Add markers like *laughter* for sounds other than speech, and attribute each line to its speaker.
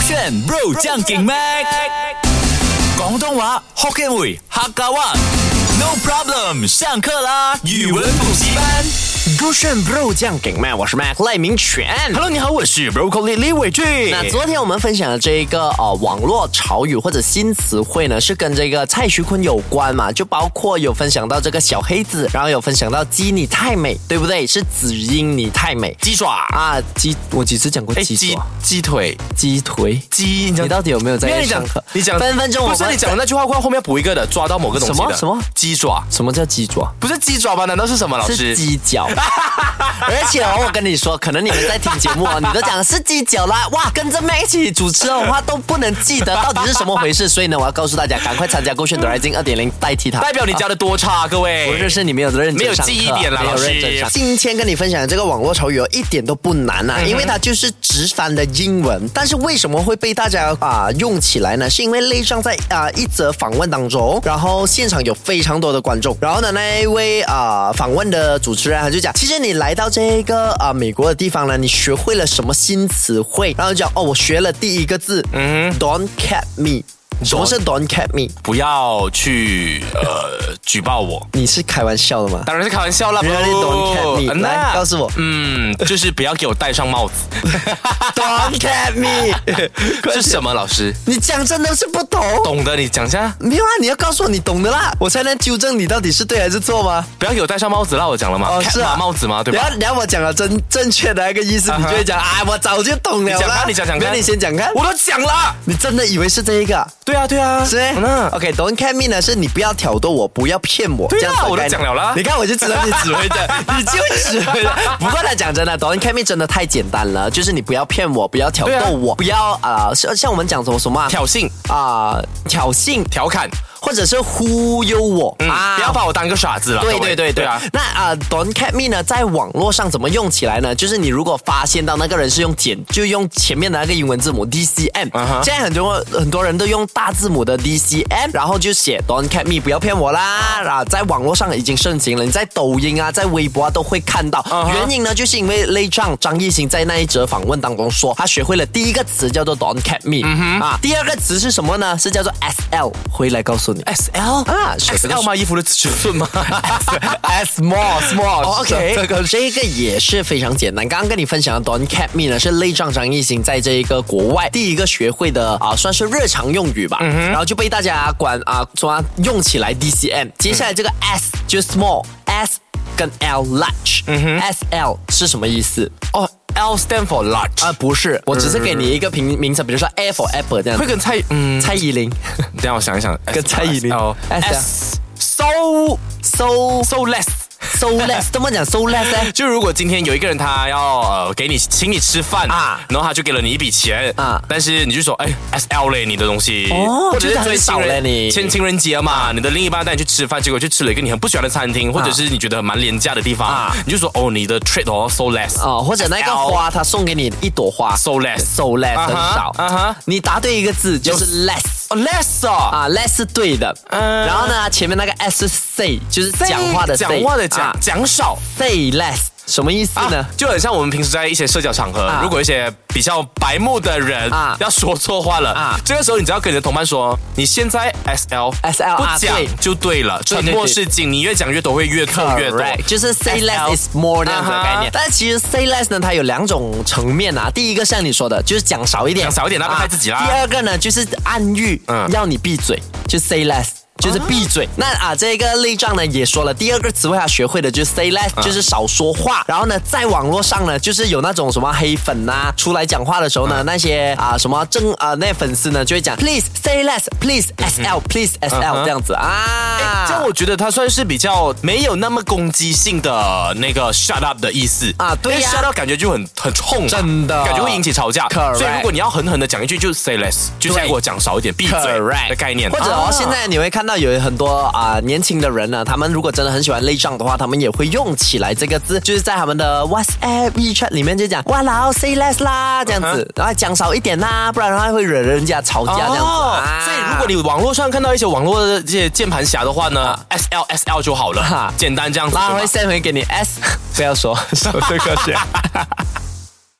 Speaker 1: 选 Bro 将劲 Mac，广东话 Hokkien 语客家话。No problem，上课啦！语文补习班。
Speaker 2: 勾选 bro 酱给麦，我是 Mac 赖明全。
Speaker 1: Hello，你好，我是 Broccoli 李伟俊。
Speaker 2: 那昨天我们分享的这一个呃网络潮语或者新词汇呢，是跟这个蔡徐坤有关嘛？就包括有分享到这个小黑子，然后有分享到鸡你太美，对不对？是子英你太美
Speaker 1: 鸡爪，
Speaker 2: 啊，鸡我几次讲过
Speaker 3: 哎，
Speaker 2: 鸡
Speaker 3: 鸡
Speaker 2: 爪、
Speaker 3: 鸡腿，
Speaker 2: 鸡腿，
Speaker 3: 鸡，
Speaker 2: 你到底有没有在
Speaker 3: 没有你讲
Speaker 2: 上课？，
Speaker 3: 你讲
Speaker 2: 分分钟我
Speaker 3: 不是
Speaker 2: 们
Speaker 3: 你讲那句话，后面补一个的，抓到某个东西的
Speaker 2: 什么什么
Speaker 3: 鸡爪，
Speaker 2: 什么叫鸡爪？
Speaker 3: 不是鸡爪吧？难道是什么？老
Speaker 2: 是
Speaker 3: 师，
Speaker 2: 鸡脚。 *laughs* 而且哦，我跟你说，可能你们在听节目哦，你都讲是鸡脚啦，哇，跟着麦一起主持的话都不能记得到底是什么回事，所以呢，我要告诉大家，赶快参加《勾选哆来金二点零》，代替它。
Speaker 3: 代表你教的多差，各位。
Speaker 2: 不是是你没有认真
Speaker 3: 没有
Speaker 2: 上课
Speaker 3: 记忆点啦
Speaker 2: 没有
Speaker 3: 老师
Speaker 2: 认真上。今天跟你分享的这个网络潮语哦，一点都不难啊，因为它就是直翻的英文。但是为什么会被大家啊、用起来呢？是因为类上在啊、一则访问当中，然后现场有非常多的观众，然后呢那一位啊、访问的主持人他就讲，其实你来到这个啊、美国的地方呢，你学会了什么新词汇？然后就讲哦，我学了第一个字，嗯，Don't cat me。什么是 Don't cat me？
Speaker 3: 不要去呃举报我，
Speaker 2: 你是开玩笑的吗？
Speaker 3: 当然是开玩笑
Speaker 2: *laughs*
Speaker 3: 啦，
Speaker 2: Really don't cat me
Speaker 3: 嗯呐
Speaker 2: 来告诉我
Speaker 3: 嗯，就是不要给我戴上
Speaker 2: *laughs*
Speaker 3: 帽子。
Speaker 2: Don't cat me，
Speaker 3: *laughs* 是什么？老师，
Speaker 2: 你讲真的是不懂。
Speaker 3: 懂的你讲一下，
Speaker 2: 没有啊，你要告诉我你懂的啦，我才能纠正你到底是对还是错吗？
Speaker 3: 不要给我戴上帽子啦，我讲了嘛，
Speaker 2: 哦
Speaker 3: cat
Speaker 2: 是啊
Speaker 3: 嘛帽子嘛，对
Speaker 2: 等
Speaker 3: 吧
Speaker 2: 下？等下我讲了真正确的那个意思，
Speaker 3: 啊
Speaker 2: 你
Speaker 3: 哈
Speaker 2: 就会讲啊，我早就懂了
Speaker 3: 你讲
Speaker 2: 啦。
Speaker 3: 看你讲讲看
Speaker 2: 那你先讲看。
Speaker 3: 我都讲了，
Speaker 2: 你真的以为是这一个啊？
Speaker 3: 对啊对啊，
Speaker 2: 是
Speaker 3: 嗯呐
Speaker 2: o k d o n t cat me 呢，是你不要挑逗我，不要骗我，
Speaker 3: 对啊
Speaker 2: 这样子的
Speaker 3: 我都
Speaker 2: 概念
Speaker 3: 讲了啦
Speaker 2: 你看我就知道你指挥的，
Speaker 3: *laughs*
Speaker 2: 你就指挥的。不过呢，讲真的，don't cat me 真的太简单了，就是你不要骗我，不要挑
Speaker 3: 对啊
Speaker 2: 逗我，不要啊、呃像像我们讲什么什么啊
Speaker 3: 挑衅、
Speaker 2: 啊、挑衅，
Speaker 3: 调侃，
Speaker 2: 或者是忽悠我、
Speaker 3: 嗯，不要把我当个傻子了。
Speaker 2: 啊对
Speaker 3: 各位
Speaker 2: 对对对
Speaker 3: 对啊，
Speaker 2: 那啊、d o n t cat me 呢，在网络上怎么用起来呢？就是你如果发现到那个人是用简，就用前面的那个英文字母 D C M、
Speaker 3: 嗯哼
Speaker 2: 现在很多很多人都用大字母的 D C M，然后就写 Don't cat me，不要骗我啦啊！在网络上已经盛行了，你在抖音啊，在微博啊都会看到。
Speaker 3: 嗯哼
Speaker 2: 原因呢，就是因为雷丈张艺兴在那一则访问当中说，他学会了第一个词叫做 Don't cat me，、啊，
Speaker 3: 嗯
Speaker 2: 第二个词是什么呢？是叫做 S L，回来告诉你
Speaker 3: S L
Speaker 2: 啊学这
Speaker 3: S
Speaker 2: 个
Speaker 3: L 吗？衣服的尺寸吗？ *laughs*
Speaker 2: *laughs* S small small、
Speaker 3: 哦，OK
Speaker 2: 这个这个也是非常简单。刚刚跟你分享的 Don't Cap Me 呢，是类丈张艺兴在这一个国外第一个学会的啊，算是日常用语吧。然后就被大家管啊，说它用起来 DCM。接下来这个 S 就是 small S 跟 L large，、S L 是什么意思？
Speaker 3: 哦，L stand for
Speaker 2: 啊，
Speaker 3: large，
Speaker 2: 不是，我只是给你一个名名词，比如说 A for apple 这样
Speaker 3: 会
Speaker 2: 子。
Speaker 3: 跟蔡嗯，
Speaker 2: 蔡依林
Speaker 3: 等一下我想一想，
Speaker 2: 跟蔡依林
Speaker 3: 哦，S
Speaker 2: S
Speaker 3: so
Speaker 2: ，so
Speaker 3: so less。
Speaker 2: so less，怎么讲 so less 呢？
Speaker 3: *laughs* 就如果今天有一个人他要呃给你请你吃饭
Speaker 2: 啊
Speaker 3: 啊，然后他就给了你一笔钱
Speaker 2: 啊
Speaker 3: 啊，但是你就说哎 S L 嘞你的东西，
Speaker 2: 哦
Speaker 3: 或者
Speaker 2: 就是是
Speaker 3: 最
Speaker 2: 很少
Speaker 3: 情人
Speaker 2: 嘞你啊
Speaker 3: 前情人节嘛，你的另一半带你去吃饭，结果去吃了一个你很不喜欢的餐厅，或者是你觉得蛮廉价的地方
Speaker 2: 啊，
Speaker 3: 你就说哦你的 treat 哦 so less
Speaker 2: 哦，或者那个
Speaker 3: SL
Speaker 2: 花，他送给你一朵花
Speaker 3: So less
Speaker 2: so less
Speaker 3: 啊
Speaker 2: 很
Speaker 3: 哈
Speaker 2: 少
Speaker 3: 啊哈
Speaker 2: 你答对一个字就是 less。
Speaker 3: 哦 less 哦，
Speaker 2: 啊，less 是对的，
Speaker 3: 嗯
Speaker 2: 然后呢，前面那个 s 是 say，就是讲话的 say，
Speaker 3: 讲话的
Speaker 2: 啊
Speaker 3: 讲讲少。
Speaker 2: say less 什么意思呢？
Speaker 3: 啊，就很像我们平时在一些社交场合，
Speaker 2: 啊
Speaker 3: 如果一些比较白目的人
Speaker 2: 啊
Speaker 3: 要说错话了，
Speaker 2: 啊
Speaker 3: 这个时候你只要跟你的同伴说，你现在 S L
Speaker 2: SL
Speaker 3: 不
Speaker 2: 啊
Speaker 3: 讲
Speaker 2: 对
Speaker 3: 就对了，
Speaker 2: 对
Speaker 3: 沉默是金，你越讲越多会越错越多。
Speaker 2: Correct，就是 say less
Speaker 3: SL
Speaker 2: is more 那样子的概
Speaker 3: 啊哈。
Speaker 2: 念但是其实 say less 呢，它有两种层面啊。第一个像你说的，就是讲少一点，啊
Speaker 3: 讲少一点那不害自己啦
Speaker 2: 第二个呢，就是暗喻，
Speaker 3: 嗯
Speaker 2: 要你闭嘴，就 say less。就是闭嘴。那啊，这个类障呢也说了，第二个词汇他学会的就是 say less，、就是
Speaker 3: 嗯
Speaker 2: 少说话。然后呢，在网络上呢，就是有那种什么黑粉呐、出来讲话的时候呢，
Speaker 3: 嗯
Speaker 2: 那些啊什么正啊那粉丝呢就会讲 please say less，please S L，please S L、
Speaker 3: 嗯哼哎
Speaker 2: 这样子啊。
Speaker 3: 这样我觉得他算是比较没有那么攻击性的那个 shut up 的意思
Speaker 2: 啊对呀
Speaker 3: 因为 shut up 感觉就很很冲啊，
Speaker 2: 真的
Speaker 3: 感觉会引起吵架。
Speaker 2: Correct
Speaker 3: 所以如果你要狠狠的讲一句，就 say less，就像
Speaker 2: 对
Speaker 3: 我讲少一点，闭嘴
Speaker 2: Correct
Speaker 3: 的概念。啊
Speaker 2: 或者哦，现在你会看到有很多啊、年轻的人呢，他们如果真的很喜欢内障的话，他们也会用起来这个字，就是在他们的 WhatsApp、WeChat 里面就讲哇老 say less 啦这样子
Speaker 3: 嗯
Speaker 2: 然后讲少一点啦，不然的话会惹人家吵架、这样子啊。
Speaker 3: 哦所以如果你网络上看到一些网络的这些键盘侠的话呢，S L S L 就好
Speaker 2: 啊哈
Speaker 3: 了，简单这样子。
Speaker 2: 拉
Speaker 3: 对
Speaker 2: 回
Speaker 3: 吗 *laughs*
Speaker 2: send 回给你 S，不要说说这个先。